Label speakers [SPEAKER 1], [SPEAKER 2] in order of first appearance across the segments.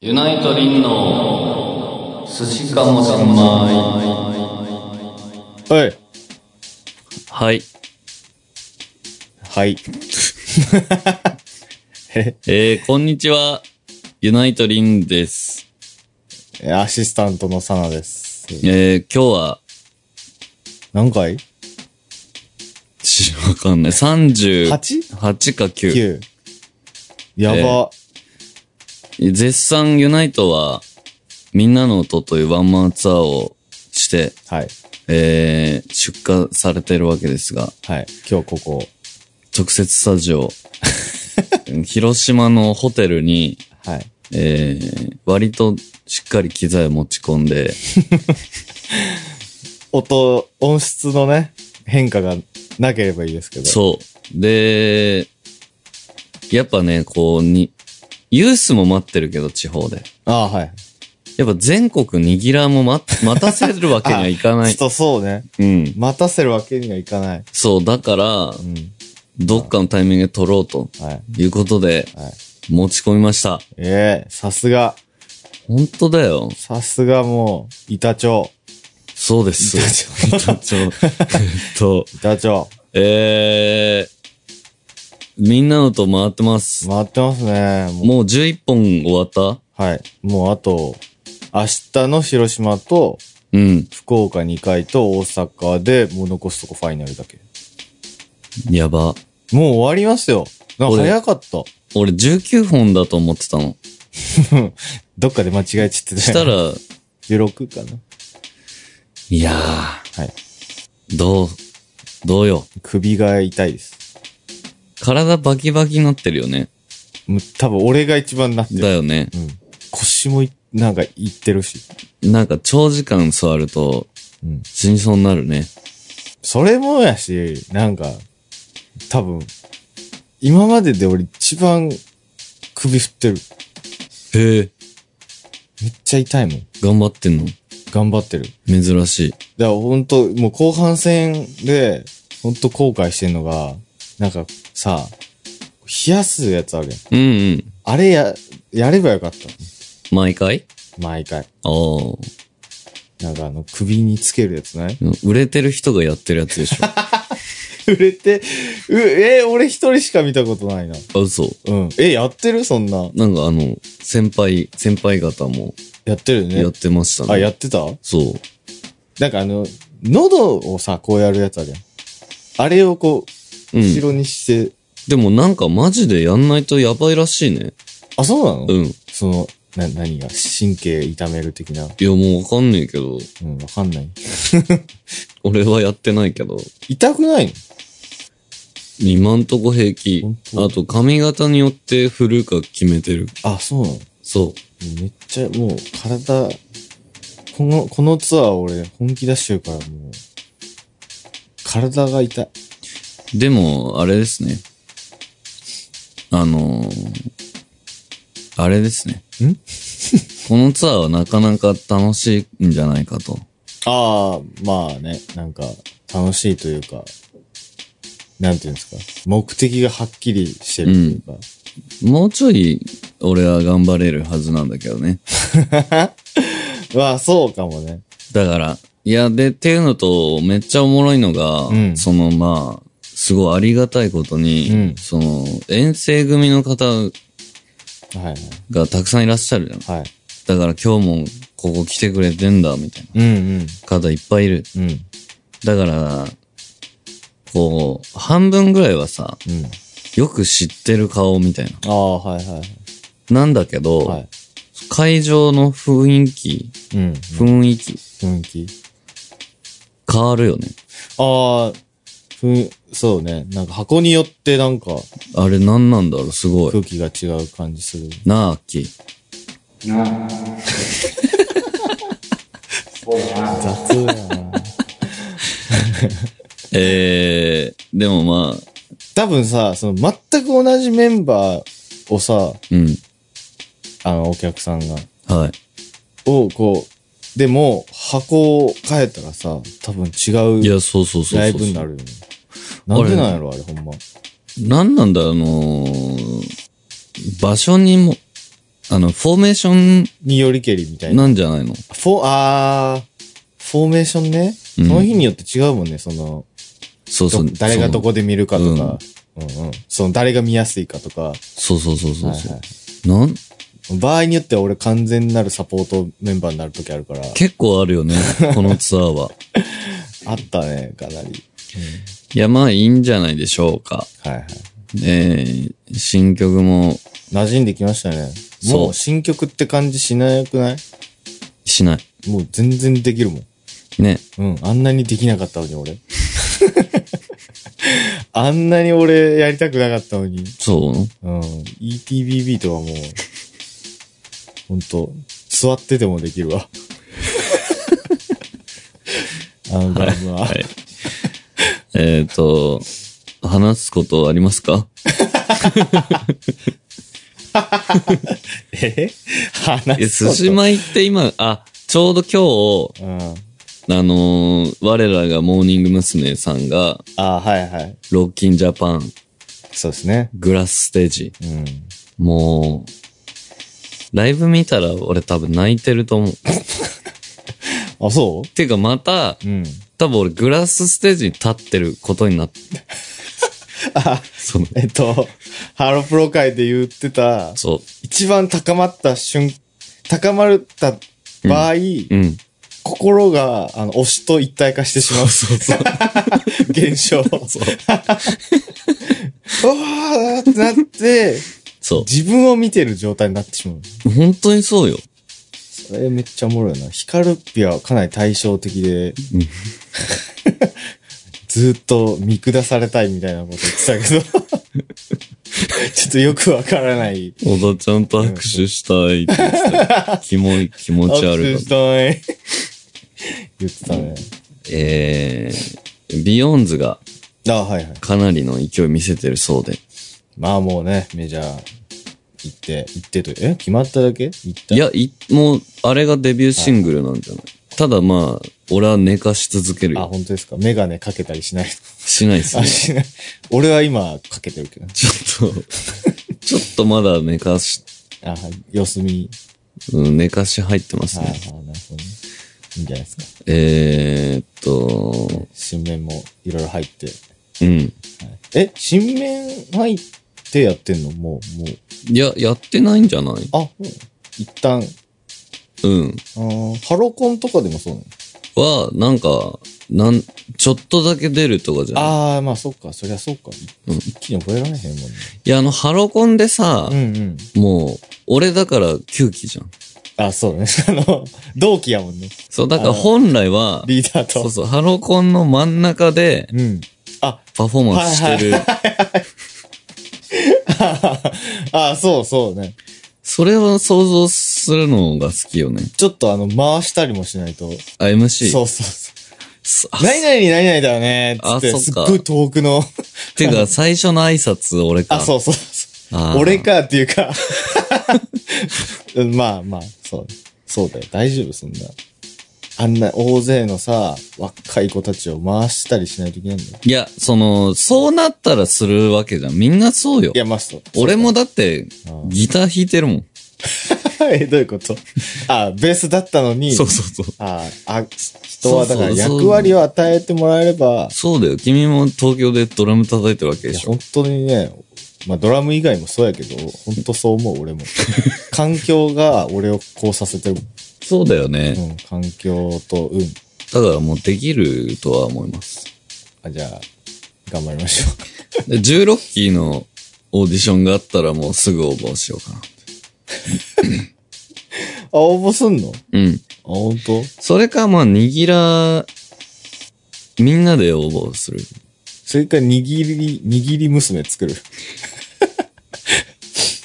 [SPEAKER 1] ユナイトリンの寿司かもしんま
[SPEAKER 2] はい。
[SPEAKER 1] い。はい。
[SPEAKER 2] はい。
[SPEAKER 1] えー、こんにちは。ユナイトリンです。
[SPEAKER 2] えアシスタントのサナです。
[SPEAKER 1] えー、今日は、
[SPEAKER 2] 何回
[SPEAKER 1] ちわかんない。38
[SPEAKER 2] 8?9?
[SPEAKER 1] か9。
[SPEAKER 2] やば。
[SPEAKER 1] 絶賛ユナイトは、みんなの音というワンマンツアーをして、
[SPEAKER 2] はい。
[SPEAKER 1] えー、出荷されてるわけですが、
[SPEAKER 2] はい。今日ここ。
[SPEAKER 1] 直接スタジ オ、広島のホテルに、
[SPEAKER 2] はい。
[SPEAKER 1] えー、割としっかり機材を持ち込んで、
[SPEAKER 2] 音、音質のね、変化がなければいいですけど。
[SPEAKER 1] そう。で、やっぱね、こうに、ユースも待ってるけど、地方で。
[SPEAKER 2] ああ、はい。
[SPEAKER 1] やっぱ全国にぎらーも待、待たせるわけにはいかな
[SPEAKER 2] ちょっ
[SPEAKER 1] い。
[SPEAKER 2] と そうね。
[SPEAKER 1] うん。
[SPEAKER 2] 待たせるわけにはいかない。
[SPEAKER 1] そう、だから
[SPEAKER 2] う、ん。
[SPEAKER 1] どっかのタイミングで撮ろうと
[SPEAKER 2] はい。
[SPEAKER 1] いうことで、
[SPEAKER 2] はい。
[SPEAKER 1] 持ち込みました。
[SPEAKER 2] ええさすが。
[SPEAKER 1] 本当だよ。
[SPEAKER 2] さすがもう、板長。
[SPEAKER 1] そうです。
[SPEAKER 2] 板長。
[SPEAKER 1] ちょ えっと、
[SPEAKER 2] 板長。
[SPEAKER 1] えー、みんなのと回ってます。
[SPEAKER 2] 回ってますね。もう、
[SPEAKER 1] もう11本終わった
[SPEAKER 2] はい。もうあと、明日の広島と、
[SPEAKER 1] うん。
[SPEAKER 2] 福岡2回と大阪でもう残すとこファイナルだけ。
[SPEAKER 1] やば。
[SPEAKER 2] もう終わりますよ。なんか早かった。
[SPEAKER 1] 俺19本だと思ってた の。
[SPEAKER 2] どっかで間違えちゃってね
[SPEAKER 1] した。ら、
[SPEAKER 2] 16かな。
[SPEAKER 1] いや
[SPEAKER 2] はい。
[SPEAKER 1] ー、どう、どうよ。
[SPEAKER 2] 首が痛いです。
[SPEAKER 1] 体バキバキになってるよね。
[SPEAKER 2] もう多分俺が一番なって
[SPEAKER 1] だ
[SPEAKER 2] る。
[SPEAKER 1] よね。
[SPEAKER 2] うん。腰もいなんかいってるし。
[SPEAKER 1] なんか長時間座ると
[SPEAKER 2] うん。
[SPEAKER 1] 死にそうになるね。
[SPEAKER 2] それもやし、なんか、多分、今までで俺一番首振ってる。
[SPEAKER 1] へえ、
[SPEAKER 2] めっちゃ痛いもん。
[SPEAKER 1] 頑張ってんの
[SPEAKER 2] 頑張ってる。
[SPEAKER 1] 珍しい。
[SPEAKER 2] だから本当もう後半戦で、本当後悔してんのが、なんかさ、冷やすやつあるやん。
[SPEAKER 1] うんうん。
[SPEAKER 2] あれや、やればよかったの。
[SPEAKER 1] 毎回
[SPEAKER 2] 毎回。
[SPEAKER 1] ああ。
[SPEAKER 2] なんかあの、首につけるやつない
[SPEAKER 1] 売れてる人がやってるやつでしょ。あ、
[SPEAKER 2] 売れて、う、え俺一人しか見たことないな。
[SPEAKER 1] 嘘。
[SPEAKER 2] うん。え、やってるそんな。
[SPEAKER 1] なんかあの、先輩、先輩方も
[SPEAKER 2] やってる
[SPEAKER 1] や
[SPEAKER 2] よ
[SPEAKER 1] っ
[SPEAKER 2] ね。
[SPEAKER 1] てましたね。
[SPEAKER 2] あ、やってた
[SPEAKER 1] そう。
[SPEAKER 2] なんかあの、喉をさ、こうやるやつあるやん。あれをこう、
[SPEAKER 1] うん
[SPEAKER 2] 後ろにして、
[SPEAKER 1] でもなんかマジでやんないとやばいらしいね。
[SPEAKER 2] あ、そうなの、
[SPEAKER 1] うん。
[SPEAKER 2] その、な、何が神経痛める的な。
[SPEAKER 1] いやもうわかんねえけど、
[SPEAKER 2] うん、わかんない。
[SPEAKER 1] 俺はやってないけど、
[SPEAKER 2] 痛くないの
[SPEAKER 1] 今んとこ平気
[SPEAKER 2] 本。当
[SPEAKER 1] あと髪型によって振るか決めてる。
[SPEAKER 2] あ、そうなの
[SPEAKER 1] そ
[SPEAKER 2] めっちゃもう体、この、このツアー俺本気出してるからもう、体が痛い。
[SPEAKER 1] う。でも、あれですね。あのー、あれですね。
[SPEAKER 2] ん
[SPEAKER 1] このツアーはなかなか楽しいんじゃないかと。
[SPEAKER 2] ああ、まあね、なんか楽しいというか、なんていうんですか、目的がはっきりしてるというか、
[SPEAKER 1] もうちょい、俺は頑張れるはずなんだけどね。
[SPEAKER 2] まあそうかもね。
[SPEAKER 1] だから、いや、で、っていうのと、めっちゃおもろいのが、
[SPEAKER 2] うん
[SPEAKER 1] その、まあ、すごいありがたいことに、
[SPEAKER 2] うん
[SPEAKER 1] その、遠征組の方
[SPEAKER 2] はい
[SPEAKER 1] がたくさんいらっしゃるじゃん。
[SPEAKER 2] はい。はい。
[SPEAKER 1] だから今日もここ来てくれてんだ、みたい
[SPEAKER 2] うんうん。
[SPEAKER 1] な方いっぱいいる。
[SPEAKER 2] うん。
[SPEAKER 1] だから、こう、半分ぐらいはさ、
[SPEAKER 2] うん。
[SPEAKER 1] よく知ってる顔みたいな。
[SPEAKER 2] ああ、はいはい
[SPEAKER 1] なんだけど、
[SPEAKER 2] はい。はい。
[SPEAKER 1] 会場の雰囲気、
[SPEAKER 2] うん。
[SPEAKER 1] 雰囲気、
[SPEAKER 2] 雰囲気。
[SPEAKER 1] 変わるよね。
[SPEAKER 2] ああ、ふん、そうね。なんか箱によってなんか
[SPEAKER 1] あれ何なんだろう、すごい。
[SPEAKER 2] 空気が違う感じする。
[SPEAKER 1] なあ、アッキー。
[SPEAKER 2] 雑やな。
[SPEAKER 1] えー、でもまあ、
[SPEAKER 2] 多分さ、その全く同じメンバーをさ、
[SPEAKER 1] うん。
[SPEAKER 2] あの、お客さんが、
[SPEAKER 1] はい。
[SPEAKER 2] をこう、でも、箱を変えたらさ、多分
[SPEAKER 1] い
[SPEAKER 2] 違う
[SPEAKER 1] や、そうそうそうそう。
[SPEAKER 2] ライブになるよね。なんでなんやろ、あれ、ほんま。
[SPEAKER 1] なんなんだ、あのー場所にも、あの、フォーメーショ
[SPEAKER 2] によりけりみたい
[SPEAKER 1] ン
[SPEAKER 2] な。
[SPEAKER 1] なんじゃないの
[SPEAKER 2] フォー、あー、フォーメーションね。
[SPEAKER 1] う
[SPEAKER 2] そ
[SPEAKER 1] ん
[SPEAKER 2] の日によって違うもんね、その、
[SPEAKER 1] そう
[SPEAKER 2] ど
[SPEAKER 1] そう。
[SPEAKER 2] 誰がどこで見るかとか、うんうん。その誰が見やすいかとか、
[SPEAKER 1] そうそうそうそうそう、
[SPEAKER 2] は
[SPEAKER 1] な
[SPEAKER 2] い
[SPEAKER 1] ん
[SPEAKER 2] 場合によっては俺完全なるサポートメンバーになる時あるから、
[SPEAKER 1] 結構あるよ ね、このツアーは。
[SPEAKER 2] あったね、かなり。
[SPEAKER 1] いや、まあいいんじゃないでしょうか。
[SPEAKER 2] はいはい。
[SPEAKER 1] えー、新曲も
[SPEAKER 2] 馴染んできましたね。
[SPEAKER 1] そう
[SPEAKER 2] もう新曲って感じしなくない
[SPEAKER 1] しない。
[SPEAKER 2] もう全然できるもん。
[SPEAKER 1] ね。
[SPEAKER 2] うん、あんなにできなかったのに 俺。あんなに俺やりたくなかったのに。
[SPEAKER 1] そう
[SPEAKER 2] うん、ETBB とはもう、ほんと、座っててもでき るわ。あのドラムは。
[SPEAKER 1] はい。えっ、と、話すことありますか
[SPEAKER 2] え
[SPEAKER 1] え、
[SPEAKER 2] 話す
[SPEAKER 1] 寿
[SPEAKER 2] こと
[SPEAKER 1] 司舞って今、あ、ちょうど今日、
[SPEAKER 2] うん。
[SPEAKER 1] あのー我らがモーニング娘。さんが、
[SPEAKER 2] あはいはい。
[SPEAKER 1] ロッキンジャパン、
[SPEAKER 2] そうですね。
[SPEAKER 1] グラスステージ。
[SPEAKER 2] うん。
[SPEAKER 1] もう、ライブ見たら俺多分泣いてると思う。
[SPEAKER 2] あ、そ
[SPEAKER 1] ていうかまた、
[SPEAKER 2] ううん。
[SPEAKER 1] 多分俺グラスステージに立ってることになって、
[SPEAKER 2] あ、
[SPEAKER 1] その、
[SPEAKER 2] えっと、ハロプロ界で言ってた、
[SPEAKER 1] そ
[SPEAKER 2] 一番高まった瞬、高まった場合、
[SPEAKER 1] う、うん。
[SPEAKER 2] 心が、あの、推しと一体化してしまう。
[SPEAKER 1] そうそう。
[SPEAKER 2] 現象。
[SPEAKER 1] そう。
[SPEAKER 2] わーってなって、
[SPEAKER 1] そ
[SPEAKER 2] 自分を見てる状態になってしまう。
[SPEAKER 1] う。本当にそうよ。
[SPEAKER 2] それめっちゃおもろいな。ヒカルピはかなり対照的で、 ずっと見下されたいみたいなこと言ってたけど、 ちょっとよくわからない。
[SPEAKER 1] 小田ちゃんと握手したいって言ってた。キモ い気持ち悪
[SPEAKER 2] 握手
[SPEAKER 1] かっ。
[SPEAKER 2] したたい。言ってたね。
[SPEAKER 1] えー、ビヨーンズが
[SPEAKER 2] あはいはい。
[SPEAKER 1] かなりの勢い見せてるそうで。
[SPEAKER 2] まあもうね、メジャー行って、行ってと、え決まっただけ行った
[SPEAKER 1] い、や、い、もう、あれがデビューシングルなんじゃないただまあ、俺は寝かし続ける
[SPEAKER 2] あ、
[SPEAKER 1] よ。
[SPEAKER 2] 本当ですか。メガネかけたりしない。
[SPEAKER 1] しないっす
[SPEAKER 2] あ、
[SPEAKER 1] ね。
[SPEAKER 2] しない。俺は今かけてるけど。
[SPEAKER 1] ちょっと、 ちょっとまだ寝かし、
[SPEAKER 2] あ、はい四隅。
[SPEAKER 1] うん、寝かし入ってます
[SPEAKER 2] はい、
[SPEAKER 1] ね。
[SPEAKER 2] はい、なるほどね。いいんじゃないですか。
[SPEAKER 1] えー、っと、
[SPEAKER 2] 新面もいろいろ入って。
[SPEAKER 1] うん。
[SPEAKER 2] え、新面入ってやってんのもう、もう。
[SPEAKER 1] いや、やってないんじゃない
[SPEAKER 2] あ、うん一旦。
[SPEAKER 1] うん。
[SPEAKER 2] あーハロコンとかでもそうなの
[SPEAKER 1] は、なんか、なん、ちょっとだけ出るとかじゃない
[SPEAKER 2] ああ、まあそっか、そりゃそうか。い一気に覚えられへんもんね。
[SPEAKER 1] いや、あの、ハロコンでさ
[SPEAKER 2] う、んうん。
[SPEAKER 1] もう、俺だから9期じゃん。
[SPEAKER 2] あ、そうだね。 あの、同期やもんね。
[SPEAKER 1] そう、だから本来は、
[SPEAKER 2] リーダーと。
[SPEAKER 1] そうそう、ハロコンの真ん中で
[SPEAKER 2] うん。あ、
[SPEAKER 1] パフォーマンスしてる。
[SPEAKER 2] あ、そうそうね。
[SPEAKER 1] それを想像するのが好きよね。
[SPEAKER 2] ちょっとあの、回したりもしないと。
[SPEAKER 1] あ、MC。
[SPEAKER 2] そうそうそ
[SPEAKER 1] す
[SPEAKER 2] う。何々に何々だよね、つっ
[SPEAKER 1] あ
[SPEAKER 2] て、
[SPEAKER 1] そっ
[SPEAKER 2] すっ
[SPEAKER 1] か
[SPEAKER 2] ごい遠くの。
[SPEAKER 1] っていうか、最初の挨拶俺か。
[SPEAKER 2] あ、そうそうそう
[SPEAKER 1] あー
[SPEAKER 2] 俺かっていうか。 うんまあまあ、そう。そうだよ。大丈夫、そんな。あんな大勢のさ、若い子たちを回したりしないといけないんだよ。
[SPEAKER 1] いや、その、そうなったらするわけじゃん。みんなそうよ
[SPEAKER 2] い。や、まあ、そう。
[SPEAKER 1] 俺もだって、ギター弾いてるもん。
[SPEAKER 2] そう。 え、どういうことあ、ベースだったのに。
[SPEAKER 1] そうそうそう。
[SPEAKER 2] ああ、人はだから
[SPEAKER 1] そうそうそう
[SPEAKER 2] 役割を与えてもらえれば、
[SPEAKER 1] そうだよ。君も東京でドラム叩いてるわけで
[SPEAKER 2] いや
[SPEAKER 1] しょ。
[SPEAKER 2] 本当にね、まあドラム以外もそうやけど、本当そう思う 俺も。環境が俺をこうさせてる。
[SPEAKER 1] そうだよね。
[SPEAKER 2] うん、環境と運。
[SPEAKER 1] だからもうできるとは思います。
[SPEAKER 2] あ、じゃあ、頑張りましょ
[SPEAKER 1] で16期のオーディションがあったらもうすぐ応募しようかな。
[SPEAKER 2] う。 あ、応募すんのあ、
[SPEAKER 1] うん。
[SPEAKER 2] 本当
[SPEAKER 1] それか、まあ、にぎら、みんなで応募する。
[SPEAKER 2] それから握り、握り娘作る。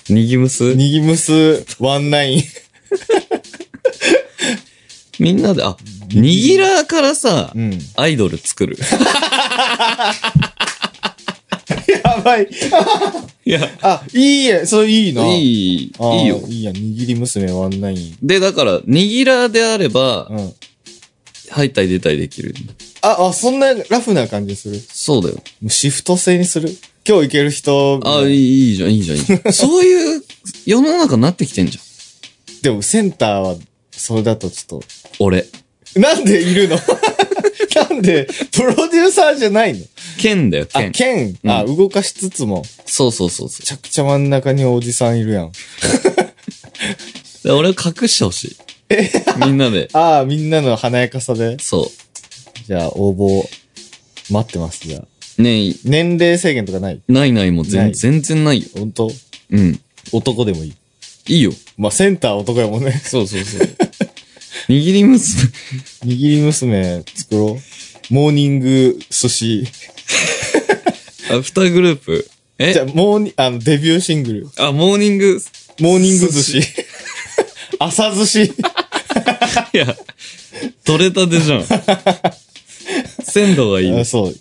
[SPEAKER 1] にぎむす
[SPEAKER 2] 握り娘ワンナイン。
[SPEAKER 1] みんなで、あ、にぎらからさ、
[SPEAKER 2] うん。
[SPEAKER 1] アイドル作る。
[SPEAKER 2] やばい。
[SPEAKER 1] いや、
[SPEAKER 2] あ、いいや、それいいな。
[SPEAKER 1] い
[SPEAKER 2] い。
[SPEAKER 1] い、いいよ。
[SPEAKER 2] いいや、握り娘ワンナイン。
[SPEAKER 1] で、だから、にぎらであれば、
[SPEAKER 2] うん。
[SPEAKER 1] 入ったり出たりできる。
[SPEAKER 2] あ、あ、そんなラフな感じする
[SPEAKER 1] そうだよ。
[SPEAKER 2] もうシフト制にする今日行ける人。
[SPEAKER 1] あ、いい、いいじゃん、いいじゃんいいじゃん。そういう世の中になってきてんじゃん。
[SPEAKER 2] でもセンターは、それだとちょっ
[SPEAKER 1] 俺。
[SPEAKER 2] と、なんでいる のなんで、プロデューサーじゃないの
[SPEAKER 1] 剣だよ、
[SPEAKER 2] あ、
[SPEAKER 1] 剣。
[SPEAKER 2] 剣、
[SPEAKER 1] ん
[SPEAKER 2] あ、動かしつつも、
[SPEAKER 1] そうそうそうそ
[SPEAKER 2] めちゃくちゃ真ん中におじさんいるやん。
[SPEAKER 1] う。で俺を隠してほしい。 みんなで。
[SPEAKER 2] ああ、みんなの華やかさで。
[SPEAKER 1] そ
[SPEAKER 2] じゃあ、応募、待ってます、じゃあ。
[SPEAKER 1] う。ねえ、
[SPEAKER 2] 年齢制限とかない
[SPEAKER 1] ないないも
[SPEAKER 2] な
[SPEAKER 1] 全
[SPEAKER 2] い
[SPEAKER 1] 全然ないよ。
[SPEAKER 2] 本当
[SPEAKER 1] うん。い
[SPEAKER 2] 男でもいい。
[SPEAKER 1] いよ。
[SPEAKER 2] まあ、センター男やもんね。
[SPEAKER 1] そうそうそう。 握り娘。
[SPEAKER 2] 握り娘作ろう。モーニング寿司。
[SPEAKER 1] あ、二グループ。
[SPEAKER 2] じゃ
[SPEAKER 1] え
[SPEAKER 2] あ、モーニあの、デビューシングル。
[SPEAKER 1] あ、モーニング、
[SPEAKER 2] モーニング寿司。 朝寿司。
[SPEAKER 1] いや、取れたて じゃん。鮮度がいい
[SPEAKER 2] あ
[SPEAKER 1] ね。
[SPEAKER 2] そう。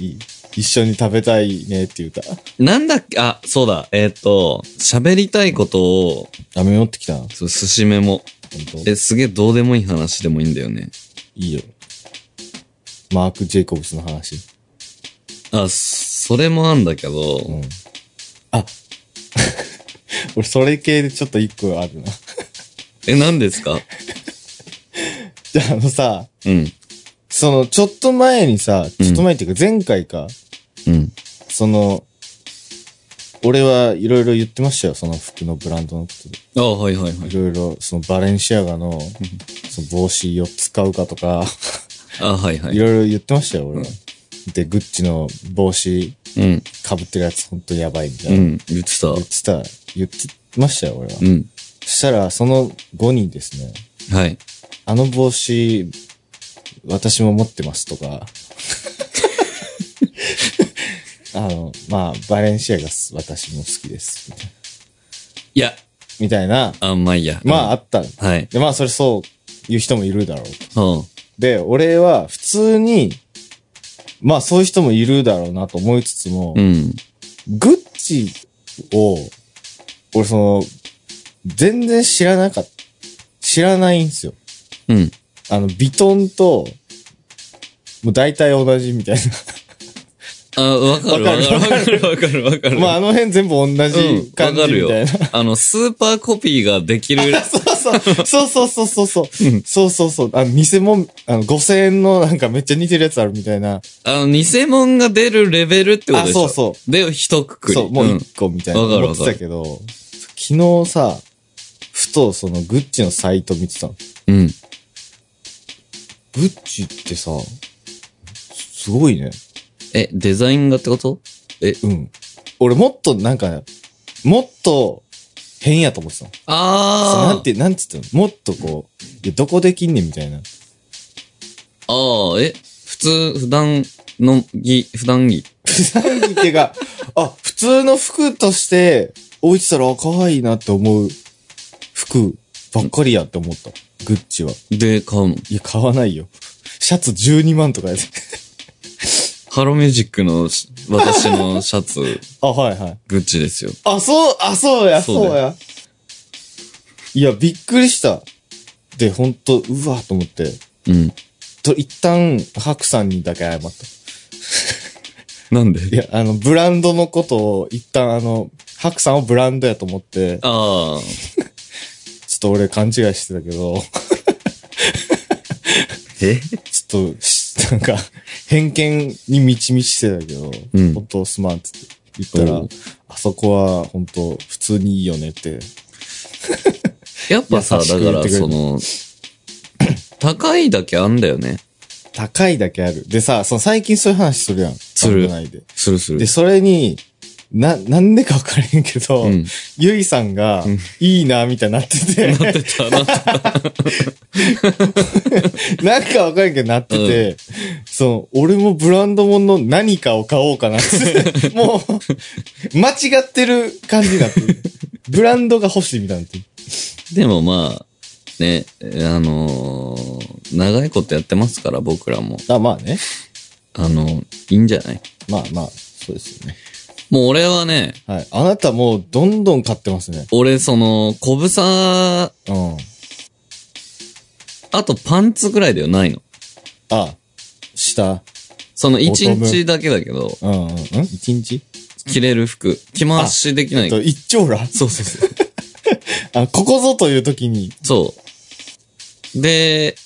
[SPEAKER 2] いい。一緒に食べたいねって言うた。
[SPEAKER 1] なんだっけあ、そうだ。えっ、と、喋りたいことを、
[SPEAKER 2] あ、メモってきたな。
[SPEAKER 1] そう寿司メモ。
[SPEAKER 2] 本当
[SPEAKER 1] え、すげえどうでもいい話でもいいんだよね。
[SPEAKER 2] いいよ。マーク・ジェイコブスの話。
[SPEAKER 1] あ、それもあんだけど、
[SPEAKER 2] うん。あ 俺、それ系でちょっと一個あるな。
[SPEAKER 1] え、何ですか
[SPEAKER 2] じゃあ、あのさ、
[SPEAKER 1] うん。
[SPEAKER 2] その、ちょっと前にさ、
[SPEAKER 1] うん
[SPEAKER 2] ちょっと前っていうか、前回か、
[SPEAKER 1] うん。
[SPEAKER 2] その、俺はいろいろ言ってましたよ、その服のブランドのことで。
[SPEAKER 1] あはいはいはいい。
[SPEAKER 2] ろいろ、そのバレンシアガの、その帽子4つ買うかとか、
[SPEAKER 1] あはいはいい。
[SPEAKER 2] ろいろ言ってましたよ、俺は。で、グッチの帽子
[SPEAKER 1] うん。
[SPEAKER 2] 被ってるやつ、ほんとやばいみたいうな。
[SPEAKER 1] ん。言ってた。
[SPEAKER 2] 言ってた、言ってましたよ、俺は。
[SPEAKER 1] うん。
[SPEAKER 2] そしたら、その5人ですね、
[SPEAKER 1] はい。
[SPEAKER 2] あの帽子、私も持ってますとか。 あの、まあ、バレンシアがす私も好きです。
[SPEAKER 1] いや、
[SPEAKER 2] みたいな、
[SPEAKER 1] あ、まあいいや。
[SPEAKER 2] まあ、あった。
[SPEAKER 1] あ。はい。
[SPEAKER 2] で、まあ、それそう、いう人もいるだろうと。
[SPEAKER 1] は
[SPEAKER 2] で、俺は普通に、まあ、そういう人もいるだろうなと思いつつも
[SPEAKER 1] あ。う、ん。
[SPEAKER 2] グッチを、俺その、全然知らなかった。知らないんですよ。
[SPEAKER 1] うん。
[SPEAKER 2] あの、ビトンと、もう大体同じみたい
[SPEAKER 1] あ、わかるわ
[SPEAKER 2] わかる
[SPEAKER 1] かるわかるわか
[SPEAKER 2] な。
[SPEAKER 1] る。
[SPEAKER 2] まあ、あの辺全部同じ
[SPEAKER 1] うん、わ
[SPEAKER 2] 感
[SPEAKER 1] か
[SPEAKER 2] じ
[SPEAKER 1] る
[SPEAKER 2] み
[SPEAKER 1] よ
[SPEAKER 2] たいな。。
[SPEAKER 1] あの、スーパーコピーができる。
[SPEAKER 2] そうそうそうそうそう。そうそうそう。あの、偽物、あの、5000円のなんかめっちゃ似てるやつあるみたいな。
[SPEAKER 1] あの、偽物が出るレベルってことでしょ。
[SPEAKER 2] あそう
[SPEAKER 1] で、一括り。
[SPEAKER 2] そう、もう
[SPEAKER 1] うん
[SPEAKER 2] 一個みたいな。
[SPEAKER 1] わかるわ
[SPEAKER 2] 思っ
[SPEAKER 1] かる
[SPEAKER 2] てたけど、昨日さ、ふとそのグッチのサイト見てたの。
[SPEAKER 1] うん。
[SPEAKER 2] グッチってさ、すすごいね。
[SPEAKER 1] え、デザインがってことえ、
[SPEAKER 2] うん。俺もっとなんか、もっと変やと思ってたの。そう
[SPEAKER 1] あー。
[SPEAKER 2] なんて、なんつったのもっとこう、いや、どこできんねんみたいな。
[SPEAKER 1] あー、え、普通、普段の着、普段着。
[SPEAKER 2] なんていうか、 あ、普通の服として置いてたら、あ可愛いなって思う服ばっかりやって思った。グッチは。
[SPEAKER 1] で、買うの。
[SPEAKER 2] いや、買わないよ。シャツ12万とかやで。
[SPEAKER 1] ハローミュージックのし、私のシャ ツ、
[SPEAKER 2] あ、はいはい。
[SPEAKER 1] グッチですよ。
[SPEAKER 2] あ、そう、あ、そうや、
[SPEAKER 1] そうだ
[SPEAKER 2] そ
[SPEAKER 1] よ
[SPEAKER 2] うや。いや、びっくりした。で、ほんと、うわ、と思って。
[SPEAKER 1] うん。
[SPEAKER 2] と、一旦、ハクさんにだけ謝った。
[SPEAKER 1] なんで
[SPEAKER 2] いや、あの、ブランドのことを、一旦、あの、ハクさんをブランドやと思って、ちょ
[SPEAKER 1] ああ。
[SPEAKER 2] っと俺勘違いしてたけど、
[SPEAKER 1] え
[SPEAKER 2] ちょっとし、なんか、偏見に満ち満ちしてたけど、
[SPEAKER 1] うん
[SPEAKER 2] 本当すまんっつって言った
[SPEAKER 1] う
[SPEAKER 2] ら
[SPEAKER 1] ん、
[SPEAKER 2] あそこは本当普通にいいよねって。
[SPEAKER 1] やっぱさ、
[SPEAKER 2] 優
[SPEAKER 1] だ
[SPEAKER 2] しく
[SPEAKER 1] か
[SPEAKER 2] 言って
[SPEAKER 1] ら、
[SPEAKER 2] くれる
[SPEAKER 1] そ の、高いだけあんだよね。
[SPEAKER 2] 高いだけある。でさ、その最近そういう話するやん。
[SPEAKER 1] する
[SPEAKER 2] ないで。
[SPEAKER 1] するする
[SPEAKER 2] で、。それに、な、なんでかわからへんけど、
[SPEAKER 1] うん
[SPEAKER 2] ゆいさんが、いいな、みたいになっ てて、
[SPEAKER 1] なってた、なってた。
[SPEAKER 2] なんかわからへんけどなってて、その、俺もブランド物の何かを買おうかなって、 もう、間違ってる感じになって る。ブランドが欲しいみたいになってる。
[SPEAKER 1] でもまあ、ね、あのー長いことやってますから、僕らも。
[SPEAKER 2] あ、まあね。
[SPEAKER 1] あのいいんじゃない
[SPEAKER 2] まあまあ、そうですよね。
[SPEAKER 1] もう俺はね、
[SPEAKER 2] はい。あなたもう、どんどん買ってますね。
[SPEAKER 1] 俺、その、小ぶさ、
[SPEAKER 2] うん。
[SPEAKER 1] あとパンツぐらいではないの。
[SPEAKER 2] あ、下。
[SPEAKER 1] その1日だけだけど、
[SPEAKER 2] うんうん。ん一日
[SPEAKER 1] 着れる服。着回しできな
[SPEAKER 2] えっと、
[SPEAKER 1] い。
[SPEAKER 2] 一丁羅
[SPEAKER 1] そうそうそう。
[SPEAKER 2] あ、ここぞという時に、
[SPEAKER 1] そう。で、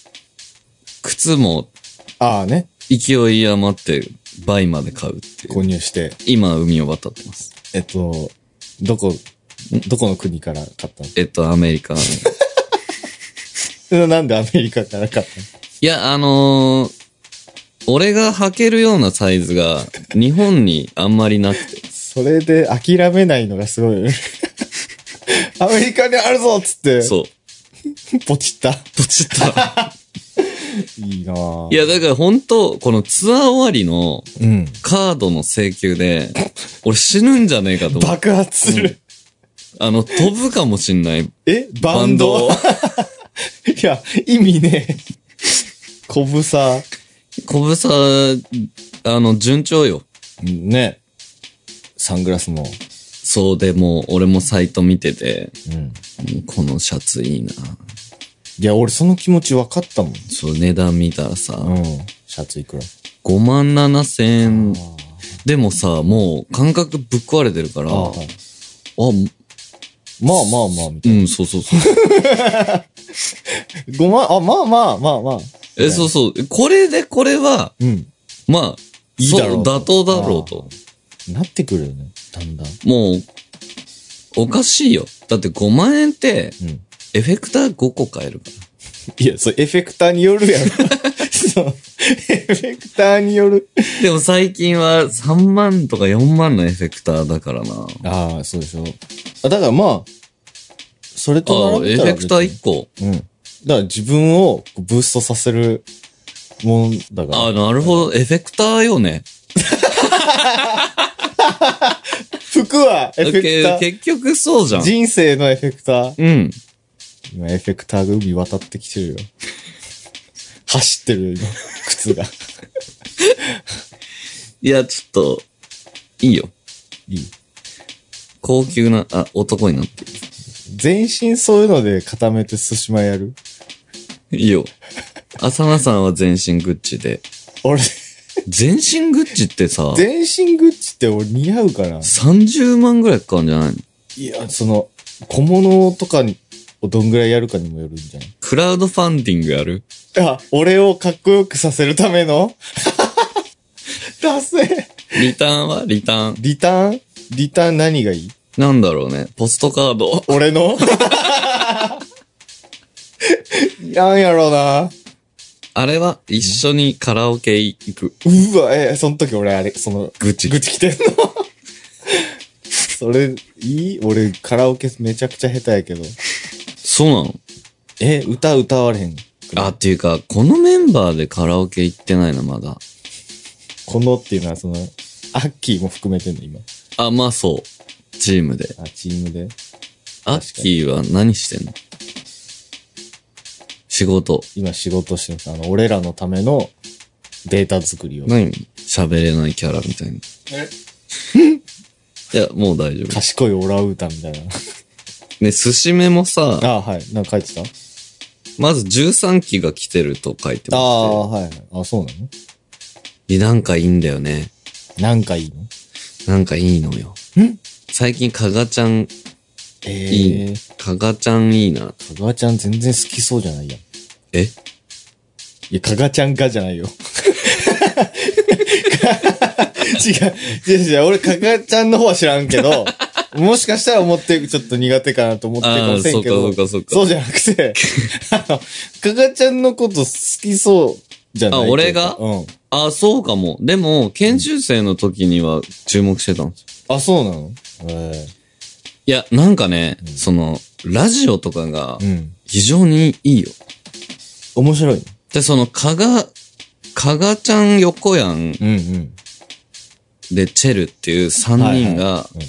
[SPEAKER 1] 靴も
[SPEAKER 2] ああね、
[SPEAKER 1] 勢い余って倍まで買うっていう。
[SPEAKER 2] 購入して、
[SPEAKER 1] 今、海を渡ってます。
[SPEAKER 2] えっと、どこ、どこの国から買ったの
[SPEAKER 1] えっと、アメリカ。い
[SPEAKER 2] え なんでアメリカから買ったの
[SPEAKER 1] や、あのー俺が履けるようなサイズが日本にあんまりなくて。
[SPEAKER 2] それで諦めないのがすごいよね。 アメリカにあるぞっつって、
[SPEAKER 1] そう。
[SPEAKER 2] ポチった。
[SPEAKER 1] ポチった。
[SPEAKER 2] いいなぁ。
[SPEAKER 1] いや、だから本当このツアー終わりの
[SPEAKER 2] うん。
[SPEAKER 1] カードの請求で、俺死ぬんじゃねえかと思って。
[SPEAKER 2] 爆発する。
[SPEAKER 1] あの、飛ぶかもしんない。
[SPEAKER 2] えバンド
[SPEAKER 1] を
[SPEAKER 2] いや、意味ねえ。こぶさ。
[SPEAKER 1] 小ぶさ、あの、順調よ。
[SPEAKER 2] ね。サングラスも。
[SPEAKER 1] そうでも、俺もサイト見てて、
[SPEAKER 2] うん。
[SPEAKER 1] このシャツいいな。
[SPEAKER 2] いや、俺その気持ち分かったもん。
[SPEAKER 1] そう、値段見たらさ、
[SPEAKER 2] うん。シャツいくら
[SPEAKER 1] 5万7千円。でもさ、もう感覚ぶっ壊れてるから、あ
[SPEAKER 2] ああ。まあまあまあ、みた
[SPEAKER 1] う
[SPEAKER 2] い
[SPEAKER 1] ん、そうそう そう。
[SPEAKER 2] な。ごま、あ、まあまあまあまあ。
[SPEAKER 1] え、そうそう。これでこれは、
[SPEAKER 2] うん。
[SPEAKER 1] まあ、
[SPEAKER 2] いいだろう
[SPEAKER 1] そう妥当だろうと。
[SPEAKER 2] なってくるよね。だんだん。
[SPEAKER 1] もう、おかしいよ。だって5万円って、
[SPEAKER 2] うん。
[SPEAKER 1] エフェクター5個買えるから。
[SPEAKER 2] いや、それエフェクターによ るやろ。そう。エフェクターによる。
[SPEAKER 1] でも最近は3万とか4万のエフェクターだからな。
[SPEAKER 2] ああ、そうでしょ。あ、だからまあ、それ
[SPEAKER 1] あ
[SPEAKER 2] と
[SPEAKER 1] あ、
[SPEAKER 2] 並
[SPEAKER 1] エ
[SPEAKER 2] べ
[SPEAKER 1] フ
[SPEAKER 2] た
[SPEAKER 1] ェ
[SPEAKER 2] ら
[SPEAKER 1] クター1個。
[SPEAKER 2] 別にうん。だから自分をこうブーストさせるもんだから。
[SPEAKER 1] ああ、なるほど。エフェクターよね。
[SPEAKER 2] 服はエフェクタ
[SPEAKER 1] け
[SPEAKER 2] ー。
[SPEAKER 1] 結局そうじゃん。
[SPEAKER 2] 人生のエフェクター。
[SPEAKER 1] うん。
[SPEAKER 2] 今エフェクターが海渡ってきて るよ。走ってるよ、今。靴が。
[SPEAKER 1] いや、ちょっと、いいよ。
[SPEAKER 2] いい。
[SPEAKER 1] 高級な、あ、男になって
[SPEAKER 2] 全身そういうので固めて寿司前やる
[SPEAKER 1] る。いい よ。浅野さんは全身グッチで。
[SPEAKER 2] 俺、
[SPEAKER 1] 全身グッチってさ、
[SPEAKER 2] 全身グッチって俺似合うかな
[SPEAKER 1] 30万ぐらいかかるんじゃないの
[SPEAKER 2] いや、その、小物とかに、をどんぐらいやるかにもよるんじゃない
[SPEAKER 1] クラウドファンディングやる
[SPEAKER 2] あ、俺をかっこよくさせるための ダセえ
[SPEAKER 1] リターンはリターン。
[SPEAKER 2] リターンリターン何がいい
[SPEAKER 1] なんだろうね。ポストカード。
[SPEAKER 2] 俺 のいらんやろな。
[SPEAKER 1] あれは一緒にカラオケ行く。
[SPEAKER 2] うわ、え、その時俺あれ、その、
[SPEAKER 1] 愚痴
[SPEAKER 2] 愚痴来てんの それ、いい俺、カラオケめちゃくちゃ下手やけど。
[SPEAKER 1] そうなの
[SPEAKER 2] え、歌歌われへん。
[SPEAKER 1] あ、っていうか、このメンバーでカラオケ行ってないな、まだ。
[SPEAKER 2] このっていうのはその、アッキーも含めてんの、今。
[SPEAKER 1] あ、まあそう。チームで。
[SPEAKER 2] あ、チームで。
[SPEAKER 1] アッキーは何してんの仕事。
[SPEAKER 2] 今仕事してます。あの、俺らのためのデータ作りを。
[SPEAKER 1] 何喋れないキャラみたいな。 いや、もう大丈夫。
[SPEAKER 2] 賢いオラウータみたいな。
[SPEAKER 1] ね、寿司目もさ、
[SPEAKER 2] あはい。なんか書いてた
[SPEAKER 1] まず13期が来てると書いて
[SPEAKER 2] あ
[SPEAKER 1] ま
[SPEAKER 2] あ、はい。あ、そうなの
[SPEAKER 1] して。なんかいいんだよね。
[SPEAKER 2] なんかいいの
[SPEAKER 1] なんかいいのよ。
[SPEAKER 2] ん
[SPEAKER 1] 最近、かがちゃん、
[SPEAKER 2] え
[SPEAKER 1] い
[SPEAKER 2] え
[SPEAKER 1] い。かがちゃんいいな。
[SPEAKER 2] ー。かがちゃん全然好きそうじゃないやん。い
[SPEAKER 1] え
[SPEAKER 2] や、かがちゃんかじゃないよ。 違う。違う違う。俺、かがちゃんの方は知らんけど、もしかしたら思ってる、ちょっと苦手かなと思ってるか
[SPEAKER 1] あ
[SPEAKER 2] も
[SPEAKER 1] あ、
[SPEAKER 2] しれ
[SPEAKER 1] そ
[SPEAKER 2] ん
[SPEAKER 1] う
[SPEAKER 2] け
[SPEAKER 1] か、そ
[SPEAKER 2] ど。
[SPEAKER 1] うか、そうか。
[SPEAKER 2] そうじゃな くて、あの、かがちゃんのこと好きそうじゃない
[SPEAKER 1] あ俺が
[SPEAKER 2] うん。
[SPEAKER 1] あ、そうかも。でも、研修生の時には注目してたんですよ。
[SPEAKER 2] あ、そうなのえ
[SPEAKER 1] いや、なんかね、
[SPEAKER 2] うん
[SPEAKER 1] その、ラジオとかが
[SPEAKER 2] えうん。
[SPEAKER 1] 非常にいいよ。
[SPEAKER 2] 面白い。
[SPEAKER 1] で、その、かが、かがちゃん横やん
[SPEAKER 2] うんうん。
[SPEAKER 1] でチェルっていう3人が
[SPEAKER 2] いはいうん、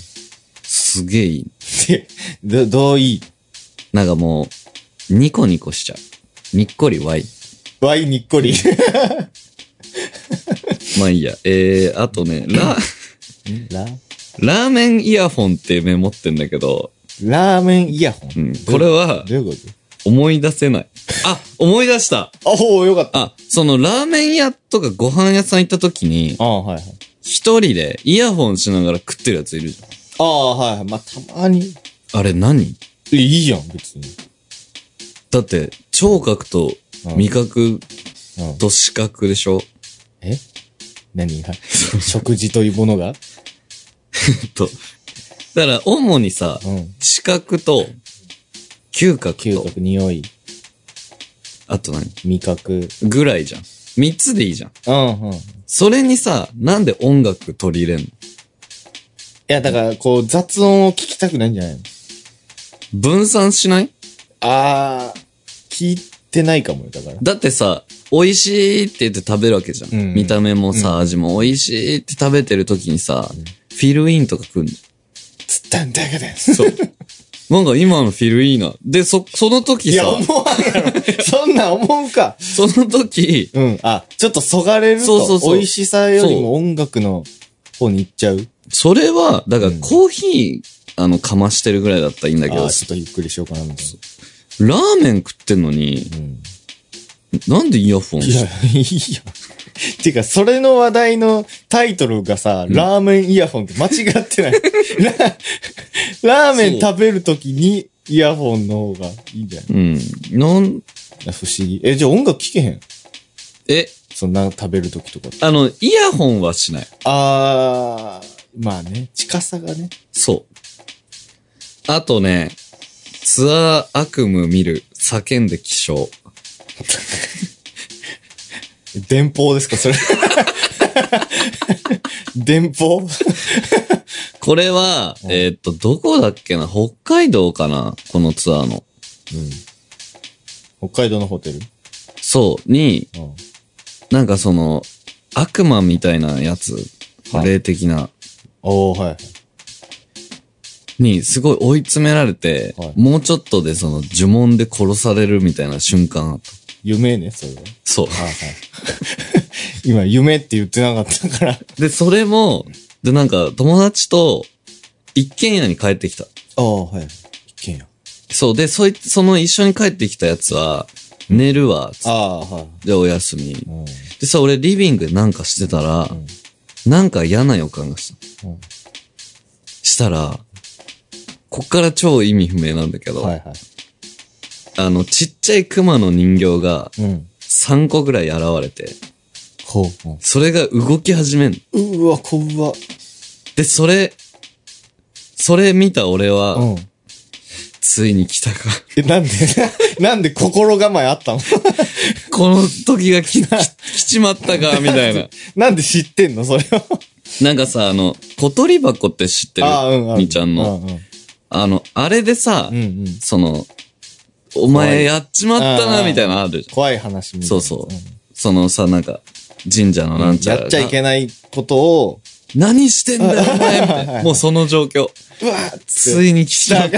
[SPEAKER 1] すげえいい。
[SPEAKER 2] で、ど、どういい
[SPEAKER 1] なんかもう、ニコニコしちゃう。にっこりわい。
[SPEAKER 2] わいにっこり。
[SPEAKER 1] まあいいや。えー、あとね、 ラ、
[SPEAKER 2] ラ
[SPEAKER 1] ラーメンイヤホンってメモってんだけど、
[SPEAKER 2] ラーメンイヤホン。
[SPEAKER 1] うん、これは
[SPEAKER 2] どういうこ
[SPEAKER 1] 思い出せない。あ、思い出した
[SPEAKER 2] とあ、おお、よかった。
[SPEAKER 1] あ、そのラーメン屋とかご飯屋さん行った時に、
[SPEAKER 2] ああ、はいはい。
[SPEAKER 1] 一人でイヤホンしながら食ってるやついるじ
[SPEAKER 2] ああ、はいはい。まあ、たまに。
[SPEAKER 1] ゃん。あれ何
[SPEAKER 2] え、いいやん、別に。
[SPEAKER 1] だって、聴覚と味覚
[SPEAKER 2] うん。
[SPEAKER 1] と視覚でしょ、
[SPEAKER 2] え何 が食事というものが
[SPEAKER 1] と。だから、主にさ、
[SPEAKER 2] うん。
[SPEAKER 1] 視覚と、嗅覚
[SPEAKER 2] 嗅
[SPEAKER 1] と、
[SPEAKER 2] 覚、匂い、
[SPEAKER 1] あと何
[SPEAKER 2] 味覚。
[SPEAKER 1] ぐらいじゃん。三つでいいじゃん。
[SPEAKER 2] うん、うん。い
[SPEAKER 1] それにさ、なんで音楽取り入れんの
[SPEAKER 2] や、だから、こう、雑音を聞きたくないんじゃないの
[SPEAKER 1] 分散しない
[SPEAKER 2] あー、聞いてないかもよ、だから。
[SPEAKER 1] だってさ、美味しいって言って食べるわけじゃん。
[SPEAKER 2] うん
[SPEAKER 1] 見た目もさ、味も美味しいって食べてる時にさ、フィルインとか来んの。
[SPEAKER 2] つったんだけど。
[SPEAKER 1] そう。なんか今のフィルいいな。で、そ、その時
[SPEAKER 2] い
[SPEAKER 1] さ
[SPEAKER 2] や、、思わんや ろ。そんなん思うか。
[SPEAKER 1] その時、
[SPEAKER 2] うん。あ、ちょっとそがれると、
[SPEAKER 1] そうそうそう
[SPEAKER 2] 美味しさよりも音楽の方に行っちゃう。
[SPEAKER 1] それは、だから
[SPEAKER 2] うん
[SPEAKER 1] コーヒー、あの、かましてるぐらいだったらいいんだけ
[SPEAKER 2] あ
[SPEAKER 1] ど
[SPEAKER 2] ー、、ちょっとゆっくりしようかな、みたい
[SPEAKER 1] ラーメン食ってんのに、
[SPEAKER 2] な。う
[SPEAKER 1] な
[SPEAKER 2] ん。
[SPEAKER 1] んでイヤホン
[SPEAKER 2] いや、いいよ。てか、それの話題のタイトルがさ、ラーメンイヤホンって間違ってない。 ララーメン食べるときにイヤホンの方がいいんじゃない
[SPEAKER 1] うん。なん、
[SPEAKER 2] いや不思議。え、じゃあ音楽聴けへん
[SPEAKER 1] え、
[SPEAKER 2] そんな食べるときとか。
[SPEAKER 1] あの、イヤホンはしない。
[SPEAKER 2] あー、まあね、近さがね。
[SPEAKER 1] そう。あとね、ツアー悪夢見る、叫んで起床。
[SPEAKER 2] 電報ですか、それ。 電報
[SPEAKER 1] これは、
[SPEAKER 2] うん
[SPEAKER 1] えーっと、どこだっけな北海道かなこのツアーの。
[SPEAKER 2] 北海道のホテル
[SPEAKER 1] そう、に、
[SPEAKER 2] うん。
[SPEAKER 1] なんかその、悪魔みたいなやつ、
[SPEAKER 2] はい
[SPEAKER 1] 霊的な、
[SPEAKER 2] おー、はい。
[SPEAKER 1] に、すごい追い詰められて、
[SPEAKER 2] はい
[SPEAKER 1] もうちょっとでその呪文で殺されるみたいな瞬間あった。
[SPEAKER 2] 夢ね、それは。
[SPEAKER 1] そう。
[SPEAKER 2] あーはい。今、夢って言ってなかったから。
[SPEAKER 1] で、それも、で、なんか友達と一軒家に帰ってきた。
[SPEAKER 2] ああ、はい。一軒家。
[SPEAKER 1] そう。で、そいつ、その一緒に帰ってきたやつは、寝るわ、つっ
[SPEAKER 2] ああ、はい。
[SPEAKER 1] て、お休み。
[SPEAKER 2] うん。うん。
[SPEAKER 1] でさ、俺リビングでなんかしてたら、なんか嫌な予感がした。したら、こっから超意味不明なんだけど、
[SPEAKER 2] はいは
[SPEAKER 1] あの、ちっちゃい熊の人形が
[SPEAKER 2] い。うん。
[SPEAKER 1] 3個ぐらい現れて、
[SPEAKER 2] ほう。
[SPEAKER 1] それが動き始めんの。
[SPEAKER 2] うん、うわ、こわ。
[SPEAKER 1] で、それ、それ見た俺は、
[SPEAKER 2] うん。
[SPEAKER 1] ついに来たか。
[SPEAKER 2] え、なんで、 なんで心構えあったの
[SPEAKER 1] この時が来、来 来ちまったか、みたいな。
[SPEAKER 2] なんで知ってんのそれは。
[SPEAKER 1] なんかさ、あの、小鳥箱って知ってる
[SPEAKER 2] ああ、うん、ある
[SPEAKER 1] みーちゃんの。。
[SPEAKER 2] ううん。
[SPEAKER 1] あの、あれでさ、
[SPEAKER 2] うんうん。
[SPEAKER 1] その、お前やっちまった
[SPEAKER 2] あ
[SPEAKER 1] な、
[SPEAKER 2] ー
[SPEAKER 1] みたいなのあるじゃん。
[SPEAKER 2] 怖い話みたいな。
[SPEAKER 1] そうそうそのさ、なんか、神社の
[SPEAKER 2] うん
[SPEAKER 1] なんちゃらが
[SPEAKER 2] やっちゃいけないことを、
[SPEAKER 1] 何してんだよ、お前みたい
[SPEAKER 2] はいは
[SPEAKER 1] な。
[SPEAKER 2] い
[SPEAKER 1] もうその状況。
[SPEAKER 2] うわーっつ
[SPEAKER 1] つ
[SPEAKER 2] って。
[SPEAKER 1] いに来た。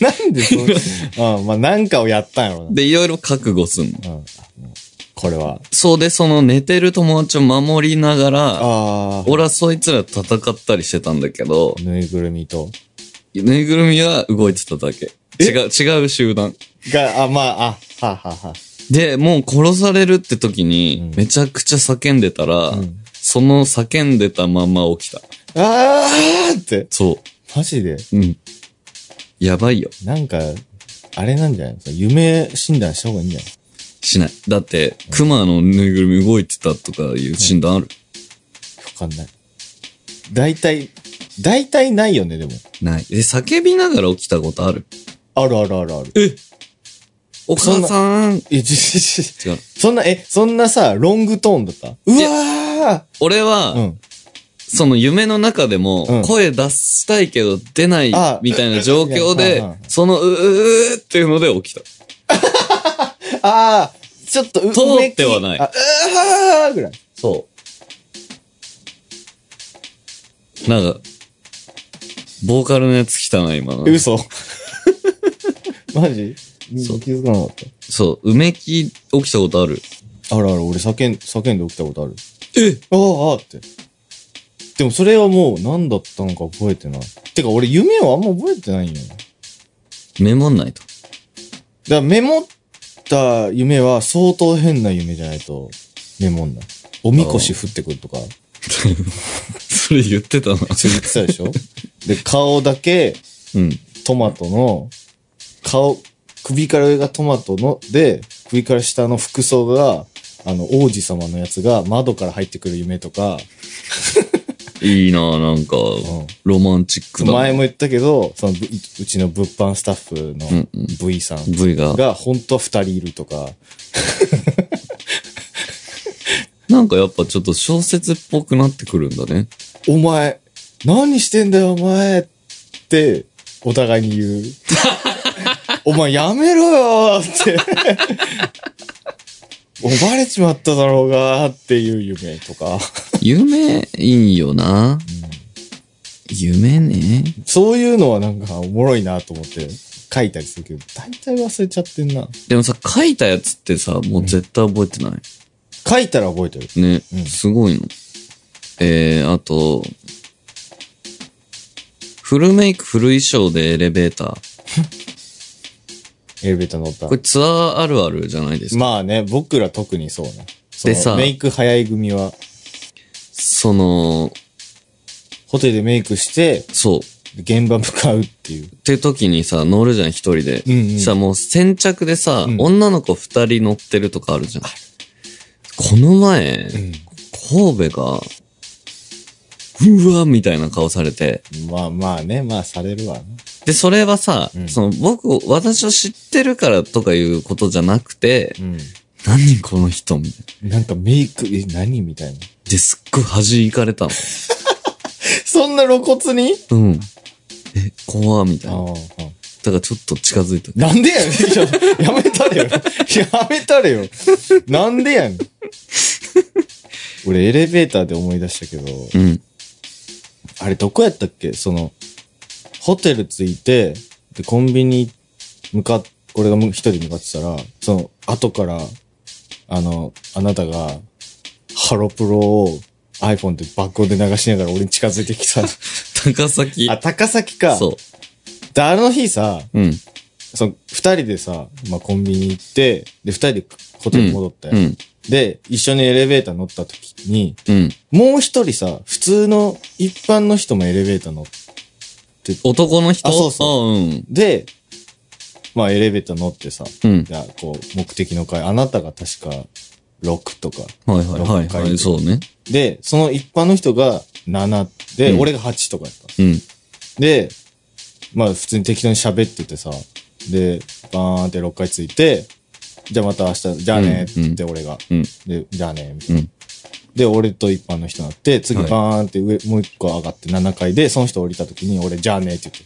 [SPEAKER 2] なん でそう。うん、まあ、なんかをやったんやろ
[SPEAKER 1] で、いろいろ覚悟すんの。
[SPEAKER 2] な。うん。これは。
[SPEAKER 1] そうで、その寝てる友達を守りながら、
[SPEAKER 2] ああ。
[SPEAKER 1] 俺はそいつらと戦ったりしてたんだけど、
[SPEAKER 2] ぬいぐるみと。
[SPEAKER 1] ぬいぐるみは動いてただけ。
[SPEAKER 2] え
[SPEAKER 1] 違う、違う集団。
[SPEAKER 2] が、あ、まあ、あ、はあはあは
[SPEAKER 1] で、もう殺されるって時に、
[SPEAKER 2] うん
[SPEAKER 1] めちゃくちゃ叫んでたら、
[SPEAKER 2] うん
[SPEAKER 1] その叫んでたまま起きた。
[SPEAKER 2] あ。あーって。
[SPEAKER 1] そ
[SPEAKER 2] マジで
[SPEAKER 1] う。うん。やばいよ。
[SPEAKER 2] なんか、あれなんじゃないですか夢診断した方がいいんじゃない
[SPEAKER 1] しない。だって、熊のぬいぐるみ動いてたとかいう診断ある、
[SPEAKER 2] わかんない。大体、大体ないよね、でも。
[SPEAKER 1] ない。で、叫びながら起きたことある
[SPEAKER 2] あるあるあるある。
[SPEAKER 1] お母さん
[SPEAKER 2] え、ちちち
[SPEAKER 1] 違う。
[SPEAKER 2] そんな、え、そんなさ、ロングトーンだったうわ
[SPEAKER 1] 俺は、
[SPEAKER 2] ーうん。
[SPEAKER 1] その夢の中で
[SPEAKER 2] う
[SPEAKER 1] も
[SPEAKER 2] ん、
[SPEAKER 1] 声出したいけど出ない
[SPEAKER 2] あ
[SPEAKER 1] みたいな状況
[SPEAKER 2] い
[SPEAKER 1] で
[SPEAKER 2] やはいはい、
[SPEAKER 1] そのうーっていうので起きた。
[SPEAKER 2] あー、ちょっとう、
[SPEAKER 1] 通
[SPEAKER 2] うめき
[SPEAKER 1] ってはない
[SPEAKER 2] あ、うわーぐらい。
[SPEAKER 1] そう。なんか、ボーカルのやつ来たな、今の
[SPEAKER 2] え。嘘。 マジ
[SPEAKER 1] そう
[SPEAKER 2] 気づかなかっ
[SPEAKER 1] そう、うめき起きたことある。
[SPEAKER 2] た。あるある、俺叫ん、叫んで起きたことある。
[SPEAKER 1] え
[SPEAKER 2] ああ、ああって。でもそれはもう何だったのか覚えてない。てか俺夢をあんま覚えてないんよ。だか
[SPEAKER 1] メモんないと。
[SPEAKER 2] らメモった夢は相当変な夢じゃないとメモんない。おみこし降ってくるとか、
[SPEAKER 1] それ言ってたな。
[SPEAKER 2] そう言ってたでしょで、顔だけ
[SPEAKER 1] うん。
[SPEAKER 2] トマトの、顔、首から上がトマトの、で、首から下の服装が、あの、王子様のやつが窓から入ってくる夢とか、
[SPEAKER 1] いいなぁ、なんか、ロマンチックだ。
[SPEAKER 2] 前も言ったけど、その、ぶうちの物販スタッフ
[SPEAKER 1] うん
[SPEAKER 2] の
[SPEAKER 1] うん
[SPEAKER 2] V さん
[SPEAKER 1] V が。
[SPEAKER 2] が、本当は二人いるとか、
[SPEAKER 1] なんかやっぱちょっと小説っぽくなってくるんだね。
[SPEAKER 2] お前、何してんだよ、お前って、お互いに言う。 お前、やめろよって。 おばれちまっただろうがっていう夢とか。
[SPEAKER 1] 夢、いいよな夢ね。
[SPEAKER 2] そういうのはなんかおもろいなと思って書いたりするけど、大体忘れちゃってんな。
[SPEAKER 1] でもさ、書いたやつってさ、もう絶対覚えてない。
[SPEAKER 2] 書いたら覚えてる。
[SPEAKER 1] ね、
[SPEAKER 2] うん
[SPEAKER 1] すごいの。えー、あと、フルメイク、フル衣装でエレベーター。
[SPEAKER 2] エレベーター乗った
[SPEAKER 1] これツアーあるあるじゃないですか。
[SPEAKER 2] まあね、僕ら特にそうね。その
[SPEAKER 1] でさ
[SPEAKER 2] メイク早い組は、
[SPEAKER 1] その、
[SPEAKER 2] ホテルでメイクして、
[SPEAKER 1] そう。
[SPEAKER 2] 現場向かうっていう。
[SPEAKER 1] っていう時にさ、乗るじゃん、一人で。
[SPEAKER 2] うんうん
[SPEAKER 1] さ、もう先着でさ、
[SPEAKER 2] うん
[SPEAKER 1] 女の子二人乗ってるとかあるじゃん。この前、神戸が、うわみたいな顔されて。
[SPEAKER 2] まあまあね、まあされるわね。
[SPEAKER 1] で、それはさ、
[SPEAKER 2] うん
[SPEAKER 1] その僕を、私を知ってるからとかいうことじゃなくて、
[SPEAKER 2] うん。
[SPEAKER 1] 何この人みたい
[SPEAKER 2] なんかメイク、え、何みたいな。
[SPEAKER 1] な。で、すっごい恥いかれたの。
[SPEAKER 2] そんな露骨に
[SPEAKER 1] うん。え、怖みたい
[SPEAKER 2] あ
[SPEAKER 1] な。
[SPEAKER 2] あ
[SPEAKER 1] だからちょっと近づいた。
[SPEAKER 2] なんでやねん ちょやめたれよ。やめたれよ。なんでやねん。俺エレベーターで思い出したけど、
[SPEAKER 1] うん。
[SPEAKER 2] あれどこやったっけその、ホテル着いて、で、コンビニ向かっ、俺がむ一人向かってたら、その、後から、あの、あなたが、ハロプロを iPhone で爆音で流しながら俺に近づいてきた。
[SPEAKER 1] 高崎
[SPEAKER 2] あ、。高崎か。
[SPEAKER 1] そ
[SPEAKER 2] で、あの日さ、
[SPEAKER 1] う。うん。
[SPEAKER 2] その、二人でさ、まあ、コンビニ行って、で、二人でホテル戻ったよ、
[SPEAKER 1] うん。
[SPEAKER 2] で、一緒にエレベーター乗った時に、
[SPEAKER 1] うん。
[SPEAKER 2] もう一人さ、普通の一般の人もエレベーター乗って
[SPEAKER 1] 男の人
[SPEAKER 2] あそうそ
[SPEAKER 1] あうん。
[SPEAKER 2] で、まあエレベーター乗ってさ、
[SPEAKER 1] うん。
[SPEAKER 2] じゃあこう、目的の階、あなたが確か6とか。
[SPEAKER 1] はいはいはいは
[SPEAKER 2] 六回
[SPEAKER 1] い。そうね。
[SPEAKER 2] で、その一般の人が7で、
[SPEAKER 1] うん
[SPEAKER 2] 俺が8とかやった。
[SPEAKER 1] うん。
[SPEAKER 2] で、まあ普通に適当に喋っててさ、で、バーンって6回ついて、じゃあまた明日、じゃあねって言って俺が、
[SPEAKER 1] うん。
[SPEAKER 2] で、じゃあねみたいな
[SPEAKER 1] うん。
[SPEAKER 2] で、俺と一般の人になって、次
[SPEAKER 1] はい
[SPEAKER 2] バーンって上、もう一個上がって7階で、その人降りた時に俺、じゃあねって言って。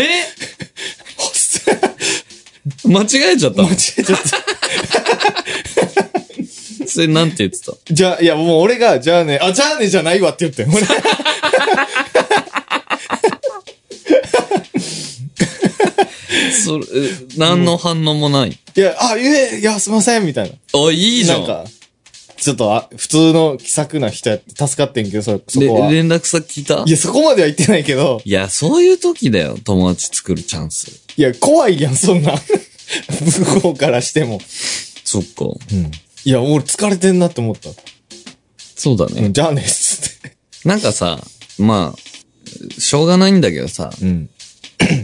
[SPEAKER 1] え 間違えちゃった
[SPEAKER 2] 間違。えちゃった。
[SPEAKER 1] それなんて言ってた
[SPEAKER 2] じゃあ、いや、もう俺が、じゃあね、あ、じゃあねじゃないわって言ってん。 俺
[SPEAKER 1] それ、え何の反応もない。
[SPEAKER 2] いや、あ、いえ、いや、すいません、みたいな。
[SPEAKER 1] あ、いいじゃ
[SPEAKER 2] なん
[SPEAKER 1] ん。
[SPEAKER 2] か、ちょっと、あ、普通の気さくな人やって助かってんけど、そ、そ
[SPEAKER 1] で、
[SPEAKER 2] こは。い
[SPEAKER 1] 連絡先聞いた
[SPEAKER 2] や、そこまでは言ってないけど、
[SPEAKER 1] いや、そういう時だよ。友達作るチャンス。
[SPEAKER 2] いや、怖いやん、そんな。 向こうからしても。
[SPEAKER 1] そっか。
[SPEAKER 2] うん。いや、俺疲れてんなって思った。
[SPEAKER 1] そうだ
[SPEAKER 2] う
[SPEAKER 1] ね
[SPEAKER 2] ん、。じゃあね、つって。
[SPEAKER 1] なんかさ、まあ、しょうがないんだけどさ、
[SPEAKER 2] うん。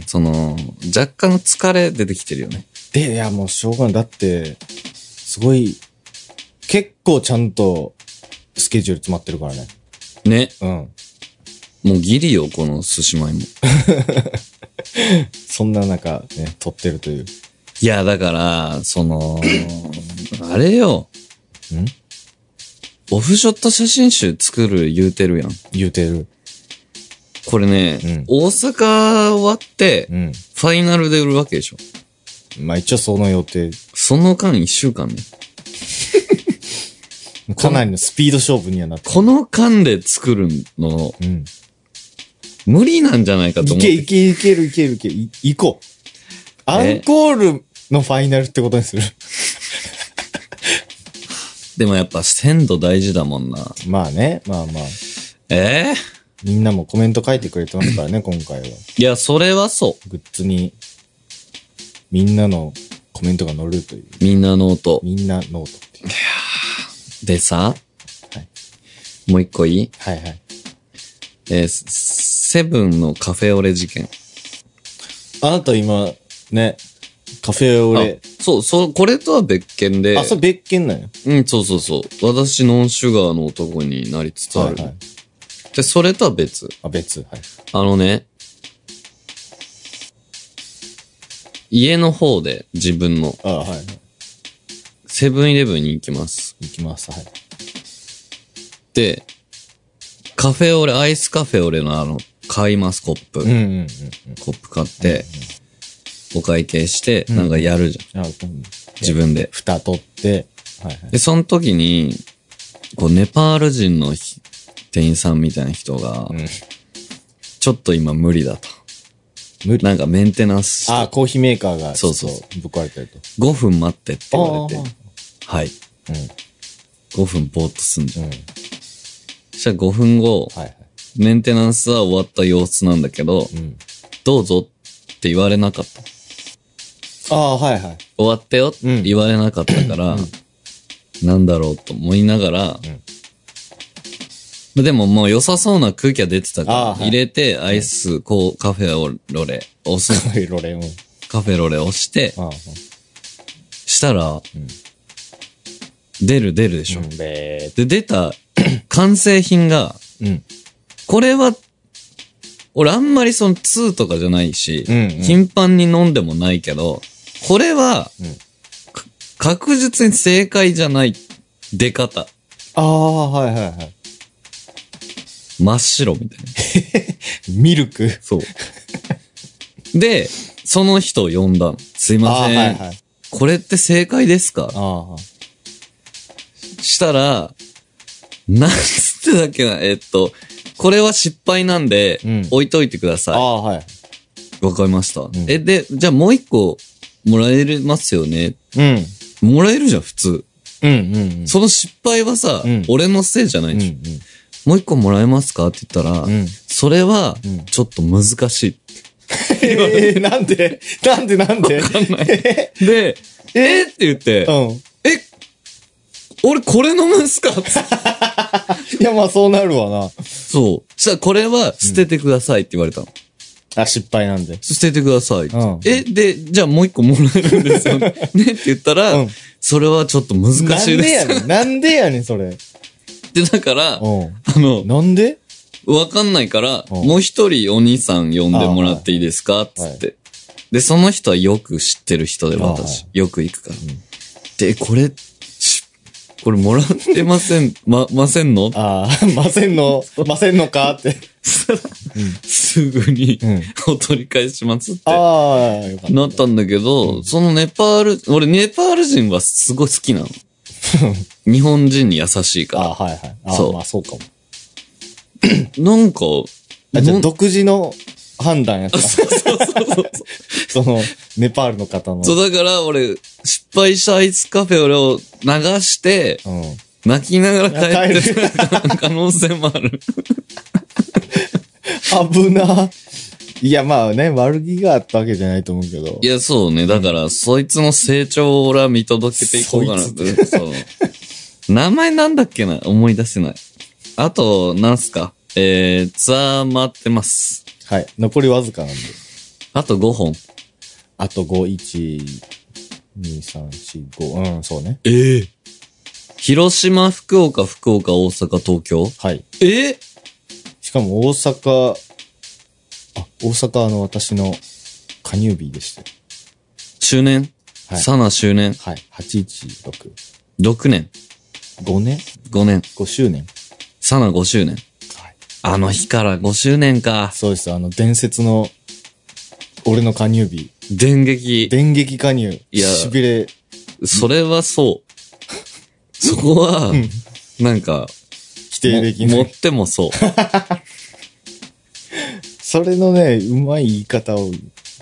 [SPEAKER 1] その、若干疲れ出てきてるよね。
[SPEAKER 2] で、いや、もうしょうがない。だって、すごい、結構ちゃんと、スケジュール詰まってるからね。
[SPEAKER 1] ね。
[SPEAKER 2] うん。
[SPEAKER 1] もうギリよ、この寿司米も。
[SPEAKER 2] そんな中、ね、撮ってるという。
[SPEAKER 1] いや、だから、その、あれよ。
[SPEAKER 2] ん
[SPEAKER 1] オフショット写真集作る言うてるやん。
[SPEAKER 2] 言うてる。
[SPEAKER 1] これね、
[SPEAKER 2] うん
[SPEAKER 1] 大阪終わって、
[SPEAKER 2] うん。
[SPEAKER 1] ファイナルで売るわけでしょ。
[SPEAKER 2] まあ一応その予定。
[SPEAKER 1] その間一週間ね。
[SPEAKER 2] かなりのスピード勝負にはなった。
[SPEAKER 1] この間で作るの、
[SPEAKER 2] うん。
[SPEAKER 1] 無理なんじゃないかと
[SPEAKER 2] い
[SPEAKER 1] 思っ
[SPEAKER 2] け
[SPEAKER 1] て
[SPEAKER 2] い。けいけるいけるいける。い行こう。アンコールのファイナルってことにする。
[SPEAKER 1] でもやっぱ鮮度大事だもんな。
[SPEAKER 2] まあね、まあまあ。
[SPEAKER 1] ええ
[SPEAKER 2] みんなもコメント書いてくれてますから ね、今回は。
[SPEAKER 1] いや、それはそ
[SPEAKER 2] グッズに、みんなのコメントが載るという。
[SPEAKER 1] う。みんなの音。
[SPEAKER 2] みんなノートっていう。
[SPEAKER 1] でさ、
[SPEAKER 2] は
[SPEAKER 1] もう一個いい
[SPEAKER 2] はいはい。
[SPEAKER 1] えーセブンのカフェオレ事件。
[SPEAKER 2] あなた今、ね、カフェオレ。
[SPEAKER 1] あそう、そう、これとは別件で。
[SPEAKER 2] あ、それ別件なんや。
[SPEAKER 1] うん、そうそうそう。私、ノンシュガーの男になりつつある。
[SPEAKER 2] はいはい。
[SPEAKER 1] で、それとは別。
[SPEAKER 2] あ、別。はい。
[SPEAKER 1] あのね、家の方で自分の
[SPEAKER 2] あ、はい。
[SPEAKER 1] セブンイレブンに行きます。
[SPEAKER 2] 行きます。はい。
[SPEAKER 1] で、カフェオレ、アイスカフェオレのあの、買います、コップ。
[SPEAKER 2] うんうんうん。
[SPEAKER 1] コップ買って、お会計して、なんかやるじゃん。
[SPEAKER 2] あ、うん。
[SPEAKER 1] 自分で。
[SPEAKER 2] 蓋取って、はいはい。
[SPEAKER 1] で、その時に、こう、ネパール人のひ店員さんみたいな人が、
[SPEAKER 2] ん
[SPEAKER 1] ちょっと今無理だと。
[SPEAKER 2] 無理。
[SPEAKER 1] なんかメンテナンスして
[SPEAKER 2] あ、コーヒーメーカーが、。
[SPEAKER 1] そうそうそう
[SPEAKER 2] ぶっ壊れてると。
[SPEAKER 1] 5分待ってって言われ
[SPEAKER 2] あ
[SPEAKER 1] て、はい。
[SPEAKER 2] う
[SPEAKER 1] 5分ぼーっとすんじゃん。
[SPEAKER 2] ん。うん。
[SPEAKER 1] そしたら5分後、
[SPEAKER 2] はいはい。
[SPEAKER 1] メンテナンスは終わった様子なんだけど、
[SPEAKER 2] うん。
[SPEAKER 1] どうぞって言われなかった。
[SPEAKER 2] ああ、はいはい。
[SPEAKER 1] 終わったよって言われなかったから、なんだろうと思いながら、でももう良さそうな空気は出てたから、
[SPEAKER 2] あーはい
[SPEAKER 1] 入れて、アイス、こう、カフェオレ、押す、
[SPEAKER 2] カフェロレも。
[SPEAKER 1] カフェロレ押して、
[SPEAKER 2] ああ、
[SPEAKER 1] したら、
[SPEAKER 2] ん
[SPEAKER 1] 出る出るでしょ。
[SPEAKER 2] うん。べ
[SPEAKER 1] で、出た完成品が、
[SPEAKER 2] ー。うん。
[SPEAKER 1] これは、俺あんまりその2とかじゃないし、
[SPEAKER 2] うんうん
[SPEAKER 1] 頻繁に飲んでもないけど、これは、
[SPEAKER 2] うん
[SPEAKER 1] か確実に正解じゃない出方。
[SPEAKER 2] ああ、はいはいはい。
[SPEAKER 1] 真っ白みたいな。
[SPEAKER 2] ミルク。
[SPEAKER 1] そう。 で、その人を呼んだの。すい
[SPEAKER 2] あ
[SPEAKER 1] ま
[SPEAKER 2] あ、は
[SPEAKER 1] せ
[SPEAKER 2] い
[SPEAKER 1] ん。
[SPEAKER 2] はい。
[SPEAKER 1] これって正解ですか
[SPEAKER 2] ああ、
[SPEAKER 1] したら、なんつってだっけな、えっと、これは失敗なんで、
[SPEAKER 2] うん
[SPEAKER 1] 置いといてください
[SPEAKER 2] あ。あ、はい。
[SPEAKER 1] わかりました。
[SPEAKER 2] ん
[SPEAKER 1] え、で、じゃあもう一個もらえますよね。
[SPEAKER 2] うん。
[SPEAKER 1] もらえるじゃん、普通。
[SPEAKER 2] うんうん
[SPEAKER 1] その失敗はさ、
[SPEAKER 2] うん
[SPEAKER 1] 俺のせいじゃな
[SPEAKER 2] う
[SPEAKER 1] い
[SPEAKER 2] ん。
[SPEAKER 1] でしょ。 もう一個もらえますかって言ったら、
[SPEAKER 2] うん
[SPEAKER 1] それは
[SPEAKER 2] うん、
[SPEAKER 1] ちょっと難しい。
[SPEAKER 2] えー、なんでなんでなんで
[SPEAKER 1] わかんない。で、えーって言って、
[SPEAKER 2] うん。
[SPEAKER 1] え、俺これ飲むんすかって。
[SPEAKER 2] いや、まあそうなるわな。
[SPEAKER 1] そう。そしたらこれは捨ててくださいって言われたの。
[SPEAKER 2] あ、失敗なんで。
[SPEAKER 1] 捨ててくださいって。
[SPEAKER 2] うん
[SPEAKER 1] え、で、じゃあもう一個もらえるんですよ ねねって言ったら、
[SPEAKER 2] うん
[SPEAKER 1] それはちょっと難
[SPEAKER 2] なん
[SPEAKER 1] しいで
[SPEAKER 2] でや
[SPEAKER 1] す。
[SPEAKER 2] ねん。なんでやねん、それ。
[SPEAKER 1] で、だから、
[SPEAKER 2] う
[SPEAKER 1] あの
[SPEAKER 2] ん。、なんで
[SPEAKER 1] わかんないから、
[SPEAKER 2] うん
[SPEAKER 1] もう一人お兄さん呼んでもらっていいですかつって。で、その人はよく知ってる人で、
[SPEAKER 2] あはい
[SPEAKER 1] 私。よく行くから。で、これ、しこれもらってません、ま、ませんの
[SPEAKER 2] ああ、ませ んの、ませんのかって。
[SPEAKER 1] すぐに
[SPEAKER 2] うん、
[SPEAKER 1] お取り返しますって。
[SPEAKER 2] ああ、よかっ
[SPEAKER 1] なったんだけど、そのネパール、俺ネパール人はすごい好き なの。日本人に優しい
[SPEAKER 2] た。あ
[SPEAKER 1] か
[SPEAKER 2] あ、はいはい。あ
[SPEAKER 1] そう
[SPEAKER 2] あ、まあそうかも。
[SPEAKER 1] ら。なんか、
[SPEAKER 2] あじゃ
[SPEAKER 1] な
[SPEAKER 2] あ
[SPEAKER 1] ん
[SPEAKER 2] 独自の判断やった。
[SPEAKER 1] そうそうそうそう。
[SPEAKER 2] その、ネパールの方の。
[SPEAKER 1] そう、だから俺、失敗したアイスカフェオレを流して、
[SPEAKER 2] うん。
[SPEAKER 1] 泣きながら帰って
[SPEAKER 2] 帰る
[SPEAKER 1] た可能性もある。
[SPEAKER 2] 危な。いや、まあね、悪気があったわけじゃないと思うけど
[SPEAKER 1] い。や、そうね。だから、そいつの成長を俺は見届けていこうかな。
[SPEAKER 2] そ
[SPEAKER 1] そう。名前なんだっけな思い出せない。あと、なんすかえー、ツアー回ってます。
[SPEAKER 2] はい。残りわずかなんで。
[SPEAKER 1] あと5本。
[SPEAKER 2] あと5、1、2、3、4、5。うん、そうね。
[SPEAKER 1] ええ広島、福岡、福岡、大阪、東京
[SPEAKER 2] はい。
[SPEAKER 1] え
[SPEAKER 2] しかも大阪、あ、大阪あの私の加入日でして。
[SPEAKER 1] 周年
[SPEAKER 2] はい
[SPEAKER 1] サナ周年
[SPEAKER 2] はい。816。
[SPEAKER 1] ?6 年
[SPEAKER 2] 5年
[SPEAKER 1] ?5 年
[SPEAKER 2] ?5 周年。
[SPEAKER 1] サナ5周年
[SPEAKER 2] はい。
[SPEAKER 1] あの日から5周年か。
[SPEAKER 2] そうです。あの、伝説の、俺の加入日。
[SPEAKER 1] 電撃。
[SPEAKER 2] 電撃加入。
[SPEAKER 1] いや
[SPEAKER 2] しびれ。
[SPEAKER 1] それはそう。そこは、なんか、
[SPEAKER 2] 否定できな
[SPEAKER 1] も持
[SPEAKER 2] い。
[SPEAKER 1] ってもそう。
[SPEAKER 2] それのね、うまい言い方を、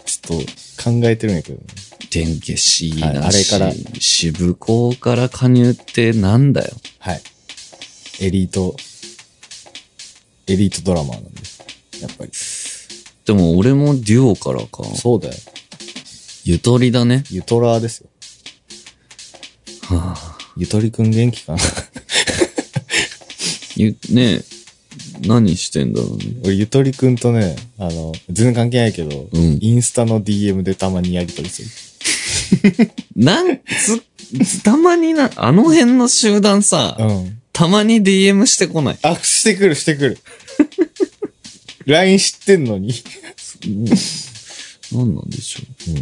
[SPEAKER 2] ちょっと考えてるんやけどね。
[SPEAKER 1] 電撃しい
[SPEAKER 2] はい
[SPEAKER 1] な
[SPEAKER 2] あれ
[SPEAKER 1] し、
[SPEAKER 2] から
[SPEAKER 1] 渋港から加入ってなんだよ。
[SPEAKER 2] はい。エリート、エリートドラマーなんで。やっぱり。
[SPEAKER 1] でも俺もデュオからか。
[SPEAKER 2] そうだよ。
[SPEAKER 1] ゆとりだね。
[SPEAKER 2] ゆとらーですよ。
[SPEAKER 1] はあ、
[SPEAKER 2] ゆとりくん元気かな
[SPEAKER 1] ゆね何してんだろうね。
[SPEAKER 2] 俺、ゆとりくんとね、あの、全然関係ないけど、
[SPEAKER 1] うん
[SPEAKER 2] インスタの DM でたまにやりとりする。
[SPEAKER 1] なん、つ、つたまにな、あの辺の集団さ、
[SPEAKER 2] うん。
[SPEAKER 1] たまに DM してこない。
[SPEAKER 2] あ、してくる、してく る。LINE 知ってんのに。
[SPEAKER 1] 何なんでしょう。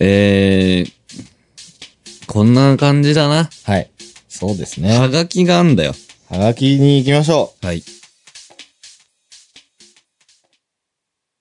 [SPEAKER 1] えー、こんな感じだな。
[SPEAKER 2] はい。そうですね。
[SPEAKER 1] はがきがあんだよ。
[SPEAKER 2] はがきに行きましょ
[SPEAKER 1] はい。